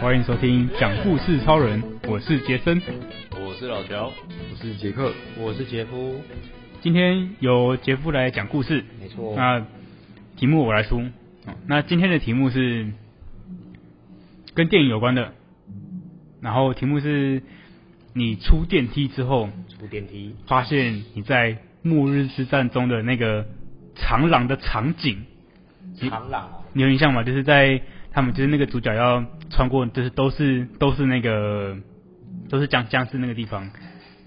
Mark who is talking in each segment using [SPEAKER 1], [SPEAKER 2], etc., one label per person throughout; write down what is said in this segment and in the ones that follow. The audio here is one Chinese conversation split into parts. [SPEAKER 1] 欢迎收听讲故事超人，我是杰森。
[SPEAKER 2] 我是老乔，
[SPEAKER 3] 我是杰克，
[SPEAKER 2] 我是杰夫，
[SPEAKER 1] 今天由杰夫来讲故事，
[SPEAKER 2] 没
[SPEAKER 4] 哦
[SPEAKER 2] 错
[SPEAKER 1] 那题目我来出。哦那今天的题目是跟电影有关的，然后题目是你出电梯之后，
[SPEAKER 2] 出电梯，
[SPEAKER 1] 发现你在末日之战中的那个长廊的场景，
[SPEAKER 2] 长廊哦，
[SPEAKER 1] 你有印象吗？就是在他们就是那个主角要穿过，就是都是都是那个都是僵僵尸那个地方，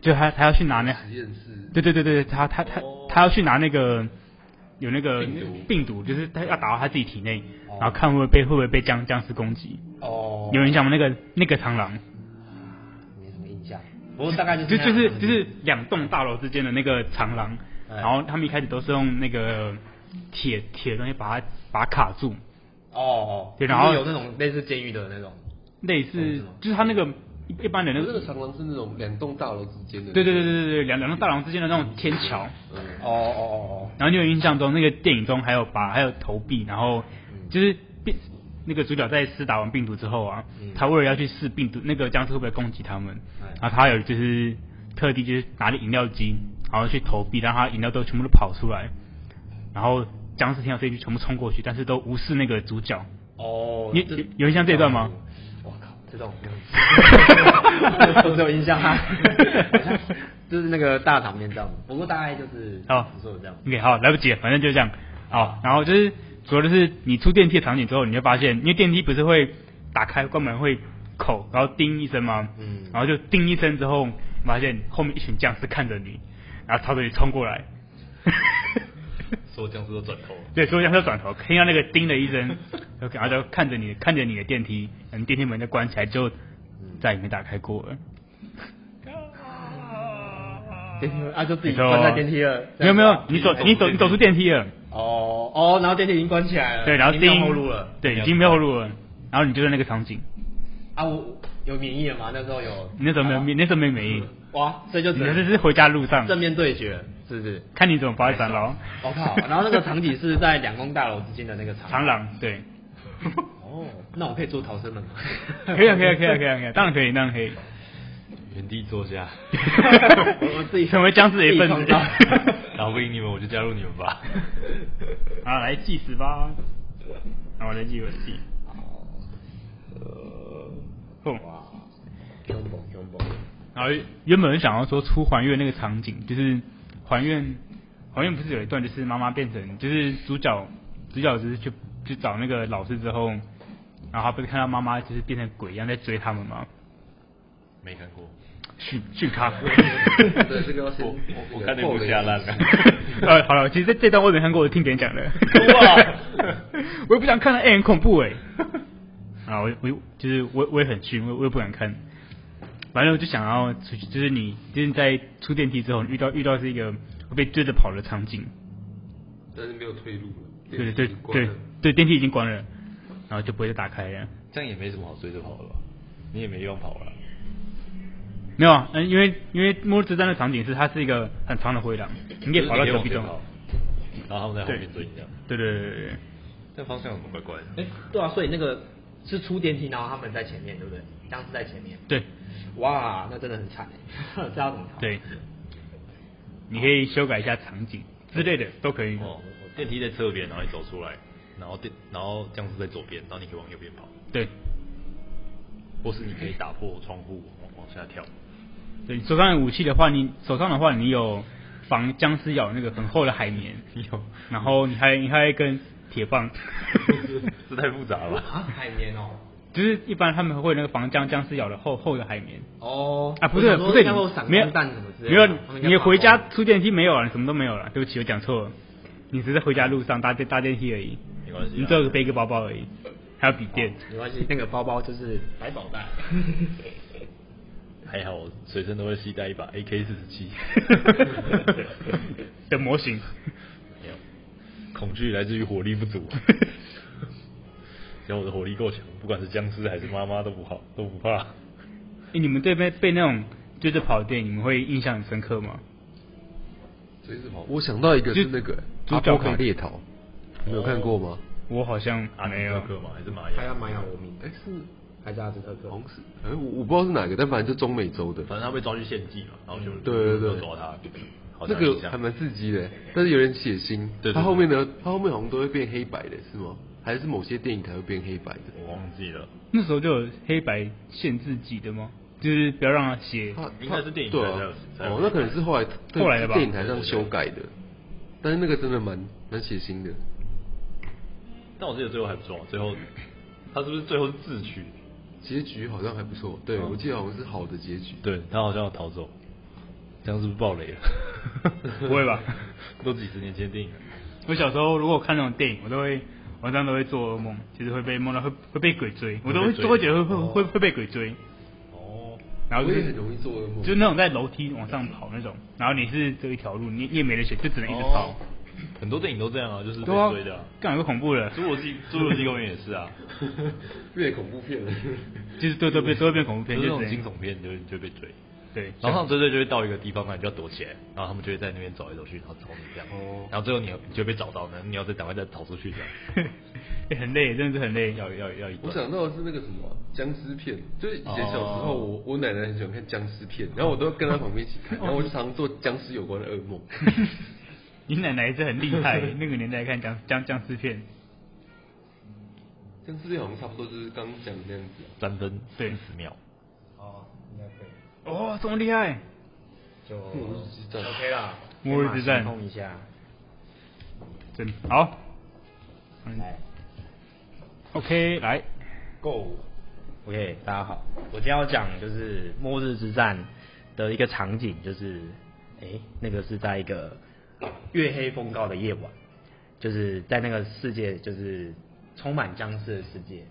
[SPEAKER 1] 就他他要去拿那
[SPEAKER 3] 实验室哦
[SPEAKER 1] 对对对对，他他他他要去拿那个有那个
[SPEAKER 3] 病毒
[SPEAKER 1] 病毒，就是他要打到他自己体内，
[SPEAKER 2] 哦
[SPEAKER 1] 然后看会不会被会不会被僵僵尸攻击。
[SPEAKER 2] 哦
[SPEAKER 1] 有印象吗？那个那个长廊，
[SPEAKER 2] 没什么印象，不过大概就是
[SPEAKER 1] 就
[SPEAKER 2] 那
[SPEAKER 1] 就是
[SPEAKER 2] 样
[SPEAKER 1] 就是两栋大楼之间的那个长廊，
[SPEAKER 2] 嗯
[SPEAKER 1] 然后他们一开始都是用那个铁铁的东西把它把它卡住，
[SPEAKER 2] 哦哦，
[SPEAKER 1] 对然后
[SPEAKER 2] 就是有那种类似监狱的那种，
[SPEAKER 1] 类
[SPEAKER 2] 嗯是
[SPEAKER 1] 似
[SPEAKER 2] 吗
[SPEAKER 1] 就是他那个一一般的那
[SPEAKER 3] 那
[SPEAKER 1] 个，
[SPEAKER 3] 个长廊是那种两栋大楼之间的，
[SPEAKER 1] 对对对对对对，两两栋大廊之间的那种天桥。
[SPEAKER 3] 嗯，
[SPEAKER 2] 哦哦
[SPEAKER 1] 然后你有印象中那个电影中还有把还有投币，然后就是病那个主角在施打完病毒之后啊，
[SPEAKER 2] 嗯
[SPEAKER 1] 他为了要去试病毒那个僵尸会不会攻击他们，
[SPEAKER 2] 哎
[SPEAKER 1] 然后他有就是特地就是拿着饮料机，然后去投币，让他饮料都全部都跑出来，然后僵尸听到这一句全部冲过去，但是都无视那个主角。
[SPEAKER 2] 哦哦，
[SPEAKER 1] 你
[SPEAKER 2] 这
[SPEAKER 1] 有有印象这一段吗？
[SPEAKER 2] 我靠，这种没有，我只有印象啊， 就是那个大场面这样，不过大概就是
[SPEAKER 1] 好
[SPEAKER 2] 你说的这样，
[SPEAKER 1] OK，好，来不及了，反正就是这样。好，然后就是主要就是你出电梯的场景之后，你就发现，因为电梯不是会打开关门会口，然后叮一声吗？
[SPEAKER 2] 嗯
[SPEAKER 1] 然后就叮一声之后，发现后面一群僵尸看着你，然后朝着你冲过来。
[SPEAKER 3] 所有僵尸都转头了，
[SPEAKER 1] 对，所以僵尸转头，听到那个叮的一 声，OK，然后就看着你，看着你的电梯，嗯，电梯门就关起来，就
[SPEAKER 2] 嗯
[SPEAKER 1] 再也没打开过了。
[SPEAKER 2] 电梯啊就自己
[SPEAKER 1] 没错
[SPEAKER 2] 关在电梯了，这
[SPEAKER 1] 没有
[SPEAKER 2] 样
[SPEAKER 1] 没有，你
[SPEAKER 3] 自
[SPEAKER 1] 走你
[SPEAKER 3] 己走出
[SPEAKER 1] 走你
[SPEAKER 3] 电梯
[SPEAKER 1] 走出电梯了。
[SPEAKER 2] 哦哦，然后电梯已经关起来了，
[SPEAKER 1] 对，然后
[SPEAKER 2] 呃已经没
[SPEAKER 1] 叮
[SPEAKER 2] 有后路了，
[SPEAKER 1] 对，已经没有后路了。然后你就在那个场景，
[SPEAKER 2] 啊，我有免疫了吗？那时候有，
[SPEAKER 1] 你那时候没有，你那时候没有免疫，
[SPEAKER 2] 哇，所以啊就
[SPEAKER 1] 你
[SPEAKER 2] 只
[SPEAKER 1] 那
[SPEAKER 2] 能
[SPEAKER 1] 是回家路上，
[SPEAKER 2] 正面对决，是不是？
[SPEAKER 1] 看你怎么把它斩牢。
[SPEAKER 2] 我、哦靠！然后那个场景是在两栋大楼之间的那个 长
[SPEAKER 1] 长。廊， 对，
[SPEAKER 2] 哦，那我可以做逃生了吗？
[SPEAKER 1] 可以啊，可以啊，可以啊，可以啊，可以啊，当然可以，当然可以。
[SPEAKER 3] 原地坐 下，
[SPEAKER 2] 我我自己
[SPEAKER 1] 成为僵尸的一份子
[SPEAKER 2] 自己创造
[SPEAKER 3] 打不赢你们我就加入你们 吧。
[SPEAKER 1] 好，
[SPEAKER 3] 啊
[SPEAKER 1] 来计时吧。好，我来计，我来计。
[SPEAKER 3] 呃
[SPEAKER 1] 哦，
[SPEAKER 2] 哇，凶猛凶猛！
[SPEAKER 1] 然后原本想要说出还愿那个场景，就是还愿，还愿不是有一段就是妈妈变成就是主角，主角就是去去找那个老师之后，然后他不是看到妈妈就是变成鬼一样在追他们吗？
[SPEAKER 3] 没看过，
[SPEAKER 1] 去去咖啡。
[SPEAKER 3] 对这个要先
[SPEAKER 2] 我
[SPEAKER 3] 我我看那部吓烂了
[SPEAKER 1] 呃，好了，其实这这段我也没看过，我听别人讲的。
[SPEAKER 3] 哇
[SPEAKER 1] 我也不想看了，哎、很恐怖 哎、啊，我我就是我我也很虚，我我也不敢看。反正我就想要出去，就是你就是在出电梯之后，你遇到遇到是一个会被追着跑的场景，
[SPEAKER 3] 但是没有退路了，
[SPEAKER 1] 对对对对对，电梯已经关了，然后就不会再打开了。
[SPEAKER 3] 这样也没什么好追着跑的吧？你也没地方跑了，
[SPEAKER 1] 没有啊，嗯，因为因为末日之战的场景是它是一个很长的回廊，你可以跑到
[SPEAKER 3] 就是
[SPEAKER 1] 隔
[SPEAKER 3] 你
[SPEAKER 1] 壁
[SPEAKER 3] 可以
[SPEAKER 1] 栋
[SPEAKER 3] 往前。跑，然后他们在后面追你这样，
[SPEAKER 1] 对对对对对。
[SPEAKER 3] 但方向怎么怪怪的？
[SPEAKER 2] 哎、对啊，所以那个是出电梯，然后他们在前面，对不对？僵尸在前面。
[SPEAKER 1] 对
[SPEAKER 2] 哇，那真的很惨哎， 这要怎么逃？
[SPEAKER 1] 对，你可以修改一下场景之类的都可以。
[SPEAKER 3] 哦，电梯在侧边，然后你走出来，然后电，然后僵尸在左边，然后你可以往右边跑，
[SPEAKER 1] 对，
[SPEAKER 3] 或是你可以打破窗户往往下跳。
[SPEAKER 1] 对，你手上有武器的话，你手上的话，你有防僵尸咬那个很厚的海绵，
[SPEAKER 3] 有，
[SPEAKER 1] 然后你还你还有一根铁棒，
[SPEAKER 3] 这太复杂了吧？
[SPEAKER 2] 啊，海绵哦。
[SPEAKER 1] 就是一般他们会有那个防僵僵尸咬的厚厚的海绵。
[SPEAKER 2] 哦
[SPEAKER 1] 啊，不是不是，你
[SPEAKER 2] 没
[SPEAKER 1] 没
[SPEAKER 2] 有
[SPEAKER 1] 有
[SPEAKER 2] 蛋什么之类
[SPEAKER 1] 没
[SPEAKER 2] 的
[SPEAKER 1] 有
[SPEAKER 2] 吗，他们应该
[SPEAKER 1] 你
[SPEAKER 2] 发
[SPEAKER 1] 回
[SPEAKER 2] 疯
[SPEAKER 1] 家出电梯没有啊？你什么都没有了，对不起，我讲错了，你只是回家路上搭电搭电梯而已，
[SPEAKER 3] 没关系啊
[SPEAKER 1] 你只有背一个包包而已，还有笔电。
[SPEAKER 2] 没关系，那个包 包就是百宝 袋。
[SPEAKER 3] 还好我随身都会携带一把 AK 四十七。 哦
[SPEAKER 1] 的模型。
[SPEAKER 3] 没有，恐惧来自于火力不足。只要我的火力够强，不管是僵尸还是妈妈都不好，都不怕。
[SPEAKER 1] 诶你们对被被那种追着跑的电影，你们会印象很深刻吗？
[SPEAKER 3] 追着跑
[SPEAKER 1] 就
[SPEAKER 3] 我
[SPEAKER 1] 主角可以
[SPEAKER 3] 猎头，
[SPEAKER 2] 你有看过吗？
[SPEAKER 1] 我好像
[SPEAKER 3] 阿
[SPEAKER 1] 没有
[SPEAKER 3] 德啊克吗？还是玛雅
[SPEAKER 2] 还要？玛雅文明，
[SPEAKER 4] 哎、是，
[SPEAKER 2] 还是阿兹特克？
[SPEAKER 4] 好像是，哎、我我不知道是哪个，但反正就中美洲的，
[SPEAKER 3] 反正他被抓去献祭嘛，然后就
[SPEAKER 4] 对对对
[SPEAKER 3] 就抓他，好
[SPEAKER 4] 这
[SPEAKER 3] 像
[SPEAKER 4] 个
[SPEAKER 3] 印象
[SPEAKER 4] 还蛮刺激的，但是有点血腥。
[SPEAKER 3] 对对对
[SPEAKER 4] 它后面呢，它后面好像都会变黑白的，是吗？还是某些电影才会变黑白的？
[SPEAKER 3] 我忘记了，
[SPEAKER 1] 那时候就有黑白限制级的吗？就是不要让他写
[SPEAKER 4] 它
[SPEAKER 3] 应
[SPEAKER 4] 它
[SPEAKER 3] 该是电影台
[SPEAKER 4] 对
[SPEAKER 3] 才有
[SPEAKER 4] 啊，
[SPEAKER 3] 才有
[SPEAKER 4] 哦，那可能是后来对
[SPEAKER 1] 后来的吧
[SPEAKER 4] 电影台上修改的，但是那个真的蛮蛮血腥的。
[SPEAKER 3] 但我记得最后还不错，啊最后他是不是最后是自取？
[SPEAKER 4] 结局好像还不错，对、
[SPEAKER 3] 嗯
[SPEAKER 4] 我记得好像是好的结局。
[SPEAKER 3] 对他好像要逃走，这样是不是爆 雷了？
[SPEAKER 1] 不会吧？
[SPEAKER 3] 都几十年前的电影了，
[SPEAKER 1] 我小时候如果看那种电影，我都会晚上都会做噩梦，就是会被梦到会会被鬼追，我都
[SPEAKER 3] 会
[SPEAKER 1] 会
[SPEAKER 3] 被追
[SPEAKER 1] 都会觉得会会会会被鬼追，
[SPEAKER 3] 哦，
[SPEAKER 1] 然后就
[SPEAKER 4] 我也
[SPEAKER 1] 是
[SPEAKER 4] 很容易做噩梦，
[SPEAKER 1] 就是 那种在楼梯往上跑那种，然后你是这一条路，你你也没得选，就只能一直跑
[SPEAKER 3] 哦。，很多电影都这样啊，就是被
[SPEAKER 1] 对啊
[SPEAKER 3] 追的啊。，
[SPEAKER 1] 干有个恐怖的，
[SPEAKER 3] 侏罗纪侏罗纪公园也是啊，
[SPEAKER 4] 变恐怖 片了。
[SPEAKER 1] 就是对对对，都会变恐怖
[SPEAKER 3] 就
[SPEAKER 1] 片，
[SPEAKER 3] 是那
[SPEAKER 1] 就
[SPEAKER 3] 种
[SPEAKER 1] 只
[SPEAKER 3] 惊
[SPEAKER 1] 能
[SPEAKER 3] 悚片，你就你就被追，
[SPEAKER 1] 对，
[SPEAKER 3] 然后他们追追就会到一个地方嘛，你就要躲起来，然后他们就会在那边走来走去，然后找你这样，
[SPEAKER 4] 哦
[SPEAKER 3] 然后最后你你就被找到，然后你要再赶快再逃出去这样，
[SPEAKER 1] 也欸很累，真的是很累。啊
[SPEAKER 3] 要 要要一段
[SPEAKER 4] 我想到的是那个什么僵尸片，就是以前小时
[SPEAKER 2] 哦
[SPEAKER 4] 候我、我奶奶很喜欢看僵尸片，然后我都跟她旁边一起看，然后我就常常做僵尸有关的噩梦。
[SPEAKER 1] 你奶奶也是很厉害，那个年代看僵僵僵尸片，
[SPEAKER 4] 僵尸片好像差不多就是刚讲的那样子、啊。
[SPEAKER 3] 三分
[SPEAKER 1] 对
[SPEAKER 3] 四十秒，
[SPEAKER 2] 哦，应该可以，
[SPEAKER 1] 哦，这么厉害，
[SPEAKER 2] 就
[SPEAKER 1] 嗯
[SPEAKER 4] 末日之战
[SPEAKER 2] OK 啦。
[SPEAKER 1] 末日之战
[SPEAKER 2] 天马行空一下，
[SPEAKER 1] 真好。嗯
[SPEAKER 2] 来
[SPEAKER 1] ，OK，来，
[SPEAKER 2] Go。OK，大家好，我今天要讲就是《末日之战》的一个场景，就是哎、诶那个是在一个月黑风高的夜晚，就是在那个世界就是充满僵尸的世界，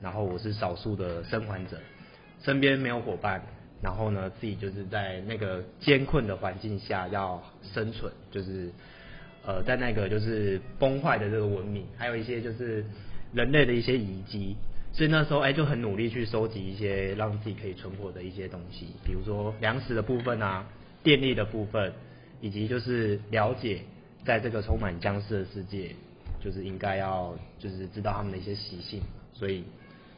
[SPEAKER 2] 然后我是少数的生还者，身边没有伙伴，然后呢自己就是在那个艰困的环境下要生存，就是呃在那个就是崩坏的这个文明，还有一些就是人类的一些遗迹，所以那时候哎、就很努力去收集一些让自己可以存活的一些东西，比如说粮食的部分啊，电力的部分，以及就是了解在这个充满僵尸的世界，就是应该要就是知道他们的一些习性，所以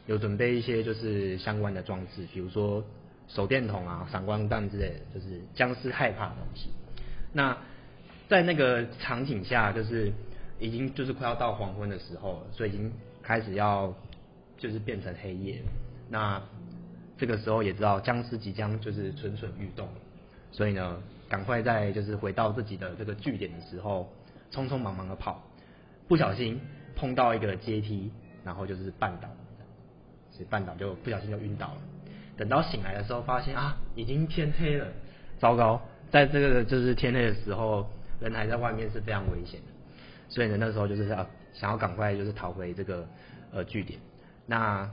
[SPEAKER 2] 有准备一些就是相关的装置，比如说手电筒啊、闪光弹之类的，就是僵尸害怕的东西。那在那个场景下，就是已经就是快要到黄昏的时候了，所以已经开始要就是变成黑夜了。那这个时候也知道僵尸即将就是蠢蠢欲动，所以呢，赶快在就是回到自己的这个据点的时候，匆匆忙忙的跑，不小心碰到一个阶梯，然后就是绊倒，所以绊倒就不小心就晕倒了。等到醒来的时候，发现啊，已经天黑了，糟糕！在这个就是天黑的时候，人还在外面是非常危险的，所以呢，那时候就是要想要赶快就是逃回这个呃据点，那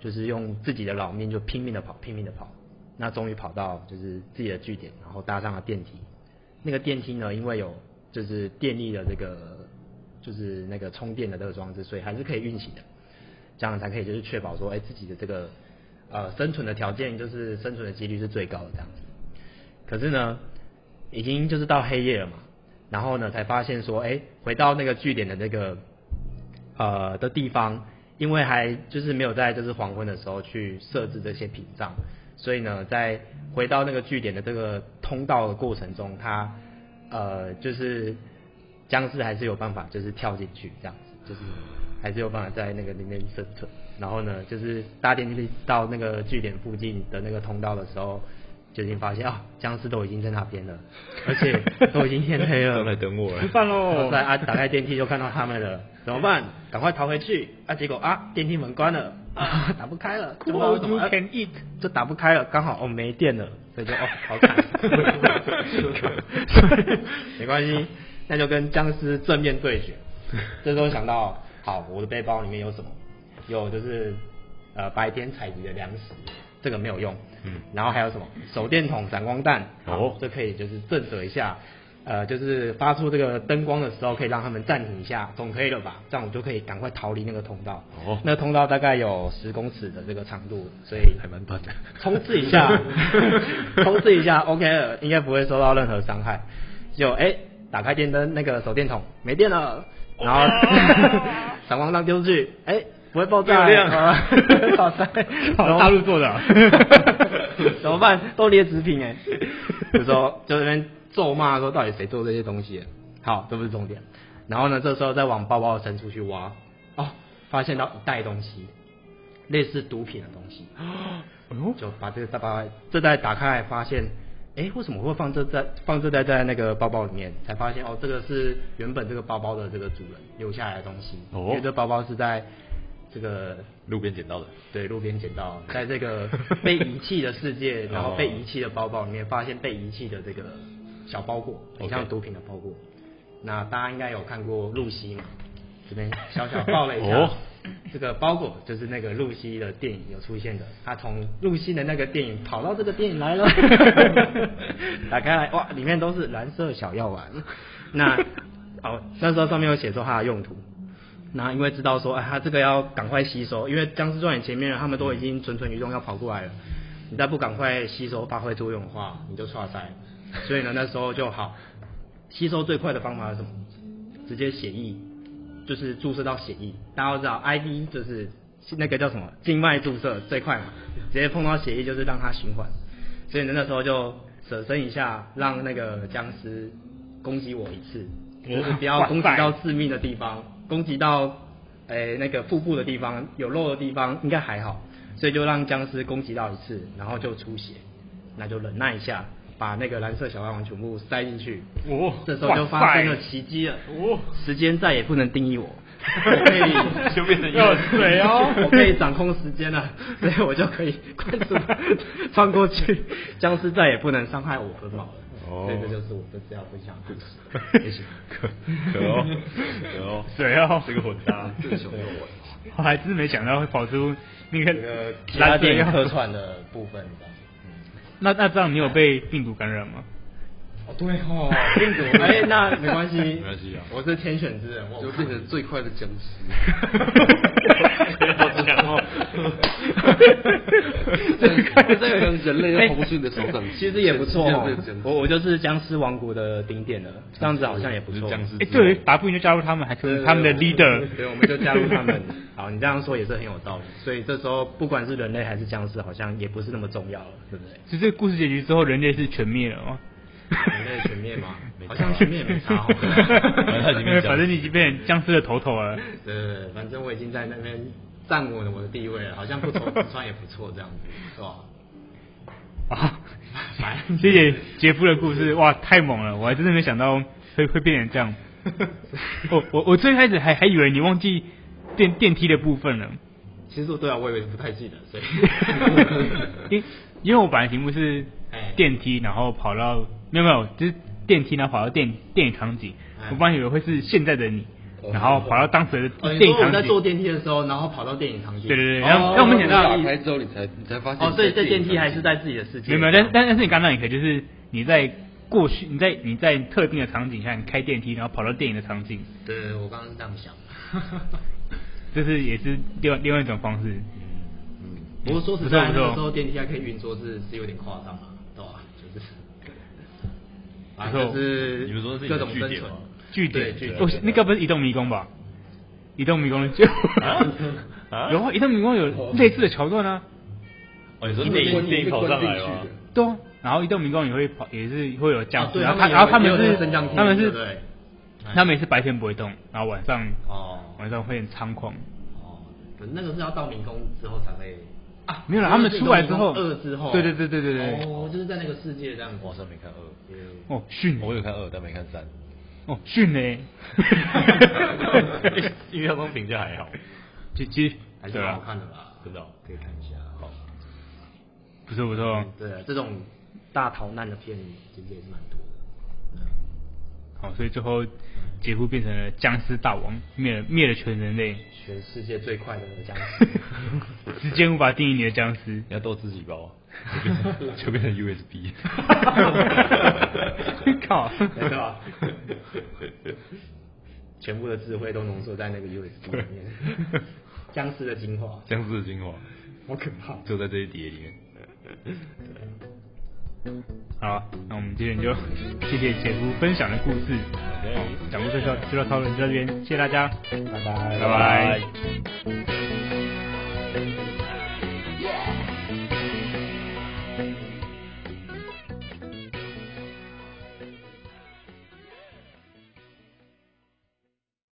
[SPEAKER 2] 就是用自己的老命就拼命的跑，拼命的跑，那终于跑到就是自己的据点，然后搭上了电梯，那个电梯呢，因为有就是电力的这个就是那个充电的这个装置，所以还是可以运行的，这样才可以就是确保说，哎、自己的这个呃生存的条件就是生存的几率是最高的这样子。可是呢，已经就是到黑夜了嘛，然后呢才发现说，哎、回到那个据点的那个呃的地方，因为还就是没有在就是黄昏的时候去设置这些屏障，所以呢，在回到那个据点的这个通道的过程中，它呃就是僵尸还是有办法就是跳进去这样子，就是还是有办法在那个里面生存。然后呢，就是搭电梯到那个据点附近的那个通道的时候，就已经发现啊，僵尸都已经在那边了，而且都已经天黑了，
[SPEAKER 3] 都来等我了
[SPEAKER 1] 吃饭
[SPEAKER 2] 然后
[SPEAKER 1] 喽
[SPEAKER 2] 再。啊，打开电梯就看到他们了，怎么办？赶快逃回去啊！结果啊，电梯门关了，啊，打不开了，怎么
[SPEAKER 1] Cool,
[SPEAKER 2] 怎么
[SPEAKER 1] you can eat
[SPEAKER 2] 就打不开了，刚好哦没电了，所以就哦 好惨， 所以 没关系，那就跟僵尸正面 对决。这时候想到，好，我的背包里面有什么？有就是呃白天采集的粮食，这个没有用。
[SPEAKER 3] 嗯
[SPEAKER 2] 然后还有什么手电筒、闪光弹，好
[SPEAKER 3] 哦
[SPEAKER 2] 这可以就是震慑一下，呃，就是发出这个灯光的时候，可以让他们暂停一下，总可以了吧？这样我就可以赶快逃离那个通道。
[SPEAKER 3] 哦
[SPEAKER 2] 那通道大概有十公尺的这个长度，所以
[SPEAKER 3] 还蛮短的，
[SPEAKER 2] 冲刺 一下，冲刺一下，OK 了，应该不会受到任何伤害。就哎、打开电灯，那个手电筒没电了，然后闪光弹丢出去，哎、不会爆炸、
[SPEAKER 3] 没有亮
[SPEAKER 2] 啊哇塞，
[SPEAKER 1] 好
[SPEAKER 2] 然后
[SPEAKER 1] 大陆做的啊
[SPEAKER 2] 怎么办？都劣质 品哎、有时候就在那边咒骂说到底谁做这些东西的？好，这不是重点。然后呢，这时候再往包包的深处去挖，哦，发现到一袋东西，类似毒品的东西，
[SPEAKER 1] 哎呦，
[SPEAKER 2] 就把这个大包这袋打开来，发现，哎，为什么会放这袋放这袋在那个包包里面？才发现哦，这个是原本这个包包的这个主人留下来的东西，
[SPEAKER 3] 哦
[SPEAKER 2] 因为这包包是在这个
[SPEAKER 3] 路边捡到的，
[SPEAKER 2] 对路边捡到，哦在这 个被遗弃的世界，然后被遗弃的包包里面发现被遗弃的这个小包裹，很像
[SPEAKER 3] OK
[SPEAKER 2] 毒品的包裹。那大家应该有看过露西嘛？这边小小爆了一下，
[SPEAKER 3] 哦
[SPEAKER 2] 这个包裹就是那个露西的电影有出现的，他从露西的那个电影跑到这个电影来了，打开来哇，里面都是蓝色小药丸。那哦，那时候上面有写说它的用途。那因为知道说，哎，它这个要赶快吸收，因为僵尸转眼前面人他们都已经蠢蠢欲动要跑过来了，你再不赶快吸收发挥作用的话，你就刷塞了。所以呢，那时候就好，吸收最快的方法是什么？直接血液，就是注射到血液。大家都知道，IV 就是那个叫什么静脉注射最快嘛，直接碰到血液就是让它循环。所以呢，那时候就舍身一下，让那个僵尸攻击我一次，就是不要攻击到致命的地方，攻击到诶、那个腹部的地方有肉的地方应该还好，所以就让僵尸攻击到一次，然后就出血，那就忍耐一下，把那个蓝色小药丸全部塞进去。
[SPEAKER 1] 哦
[SPEAKER 2] 这时候就发生了奇迹了。
[SPEAKER 1] 哦，
[SPEAKER 2] 时间再也不能定 义我，我可以
[SPEAKER 1] 就变成药水哦
[SPEAKER 2] 我可以掌控时间了，所以我就可以快速穿过去，僵尸再也不能伤害我和猫了。
[SPEAKER 3] 哦
[SPEAKER 2] 所以这就是我这次要分享的故事。谢谢。
[SPEAKER 3] 可可哦，可哦，
[SPEAKER 1] 水哦
[SPEAKER 3] 这个混搭，这个熊肉丸，
[SPEAKER 1] 我还真没想到会跑出那
[SPEAKER 2] 这个
[SPEAKER 1] 个
[SPEAKER 2] 其他电影
[SPEAKER 1] 蓝色
[SPEAKER 2] 客
[SPEAKER 1] 药。
[SPEAKER 2] 串的部分吧。
[SPEAKER 1] 那那这样你有被病毒感染吗？
[SPEAKER 2] 哦，对哦，病毒， 哎，那没关系，没
[SPEAKER 3] 关系啊
[SPEAKER 2] 我是天选之人，我
[SPEAKER 4] 就变成最快的僵尸。
[SPEAKER 1] 我只想 哦
[SPEAKER 4] 这这个人类要跑不去你的手 掌心，
[SPEAKER 2] 哎其实也不错
[SPEAKER 4] 这样
[SPEAKER 2] 哦
[SPEAKER 4] 子讲，
[SPEAKER 2] 我我就是僵尸王国的顶点了，这样子好像也不错。
[SPEAKER 3] 僵尸
[SPEAKER 1] 哎，对，把不赢就加入他们，还成为他们的
[SPEAKER 2] 对对
[SPEAKER 1] leader
[SPEAKER 2] 对。对，我们就加入他们。 好，你这样说也是很有道理。所以这时候不管是人类还是僵尸，好像也不是那么重要了，对不对？
[SPEAKER 1] 就这个故事结局之后，人类是全灭了吗？
[SPEAKER 2] 人类全 灭吗
[SPEAKER 3] 没？差
[SPEAKER 2] 好像全灭也没差哦。
[SPEAKER 3] 正他已经变僵尸
[SPEAKER 1] 反正你已经变成僵尸的头头了。
[SPEAKER 2] 对对对，反正我已经在那边站稳了我的地位了，好像不愁不穿也不错，这样子是吧？
[SPEAKER 1] 啊，
[SPEAKER 2] 反正
[SPEAKER 1] 谢谢杰夫的故事，哇，太猛了！我还真的没想到会会变成这 样。我我我最开始还还以为你忘记电电梯的部分了，
[SPEAKER 2] 其实对啊，我也不太记得， 所以
[SPEAKER 1] 因因为我本来题目是
[SPEAKER 2] 哎
[SPEAKER 1] 电梯，然后跑到没有没有，就是电梯，然后跑到电电影场景
[SPEAKER 2] 哎。
[SPEAKER 1] 我本来以为会是现在的你
[SPEAKER 4] 哦，
[SPEAKER 1] 然后跑到当时
[SPEAKER 2] 哦，
[SPEAKER 1] 的
[SPEAKER 2] 你
[SPEAKER 1] 电
[SPEAKER 2] 说
[SPEAKER 1] 影
[SPEAKER 2] 我们
[SPEAKER 1] 场
[SPEAKER 2] 在坐
[SPEAKER 1] 景。
[SPEAKER 2] 电梯的时候，然后跑到电影场景。
[SPEAKER 1] 对对对，
[SPEAKER 2] 哦
[SPEAKER 1] 然后然后我们想到
[SPEAKER 4] 打开之后，你才你才发现
[SPEAKER 2] 哦，所以
[SPEAKER 4] 在
[SPEAKER 2] 在电梯还
[SPEAKER 4] 上
[SPEAKER 2] 是在自己的世界。
[SPEAKER 1] 没有没有，但但但是你刚刚也可以，就是你在过去，你在你在特定的场景下，你开电梯，然后跑到电影的场景，
[SPEAKER 2] 对，我刚刚是这样 想的。
[SPEAKER 1] 这是也是另外另外一种方式。
[SPEAKER 2] 不过说实在，那
[SPEAKER 1] 不错不错
[SPEAKER 2] 个时候电梯还可以运作是，是有点夸张啊，对吧？就是，
[SPEAKER 1] 不
[SPEAKER 2] 啊，
[SPEAKER 1] 错
[SPEAKER 2] 就是
[SPEAKER 3] 你们说是你
[SPEAKER 2] 各
[SPEAKER 3] 的
[SPEAKER 2] 种
[SPEAKER 3] 据
[SPEAKER 2] 生
[SPEAKER 3] 点
[SPEAKER 2] 存
[SPEAKER 3] 吗，
[SPEAKER 1] 据
[SPEAKER 2] 对
[SPEAKER 1] 点，
[SPEAKER 2] 据
[SPEAKER 1] 哦
[SPEAKER 2] 点，
[SPEAKER 1] 那个不是移动迷宫吧？移动迷宫就
[SPEAKER 3] 啊
[SPEAKER 1] 有啊，移动迷宫
[SPEAKER 2] 哦
[SPEAKER 1] 有类似的桥段啊，
[SPEAKER 3] 哦，你说
[SPEAKER 4] 你
[SPEAKER 3] 电
[SPEAKER 4] 被
[SPEAKER 3] 影电影跑上来
[SPEAKER 4] 关进
[SPEAKER 3] 吗
[SPEAKER 4] 去的？
[SPEAKER 1] 对啊。然后移动迷宫也会跑，也是会有
[SPEAKER 2] 啊
[SPEAKER 1] 僵尸，
[SPEAKER 2] 对
[SPEAKER 1] 然后他
[SPEAKER 2] 他们
[SPEAKER 1] 然后他
[SPEAKER 2] 也有
[SPEAKER 1] 们
[SPEAKER 2] 也有
[SPEAKER 1] 是
[SPEAKER 2] 升降梯
[SPEAKER 1] 他们
[SPEAKER 2] 对
[SPEAKER 1] 是
[SPEAKER 2] 不对哎
[SPEAKER 1] 他们也是白天不会动，然后晚上
[SPEAKER 2] 哦
[SPEAKER 1] 晚上会很猖狂。
[SPEAKER 2] 哦，可是那个是要到迷宫之后才会啊
[SPEAKER 1] 没有啦，他们出来之后，
[SPEAKER 2] 二之后，
[SPEAKER 1] 对对对对对对，
[SPEAKER 2] 哦，就是在那个世界这样子。
[SPEAKER 3] 我好像没看二，
[SPEAKER 1] 哦训
[SPEAKER 3] 我有看二，但没看三。
[SPEAKER 1] 哦训 嘞，
[SPEAKER 3] 因为他们评价还好，
[SPEAKER 1] 其其实
[SPEAKER 2] 还是
[SPEAKER 1] 对
[SPEAKER 2] 蛮好
[SPEAKER 1] 啊，
[SPEAKER 2] 看的啦，
[SPEAKER 3] 真的哦
[SPEAKER 2] 可以看一下。好，
[SPEAKER 1] 不错不错，
[SPEAKER 2] 对啊，这种大逃难的片其实也是蛮多的。啊
[SPEAKER 1] 好，所以最后杰夫变成了僵尸大王，灭了灭了全人 类，
[SPEAKER 2] 全世界最快的僵尸，
[SPEAKER 1] 时间无法定义你的僵尸。
[SPEAKER 3] 你要逗自己包，啊 就变成 USB。
[SPEAKER 1] 靠，
[SPEAKER 2] 没错啊，全部的智慧都浓缩在那个 USB 里 面，僵尸的精华，
[SPEAKER 3] 僵尸的精华
[SPEAKER 2] 好可怕。
[SPEAKER 3] 就在这一碟里面。
[SPEAKER 1] 好啊，那我们今天就谢谢姐夫分享的故事，讲故事就到就到讨论就到这边，谢谢大家，
[SPEAKER 2] 拜拜，
[SPEAKER 1] 拜拜。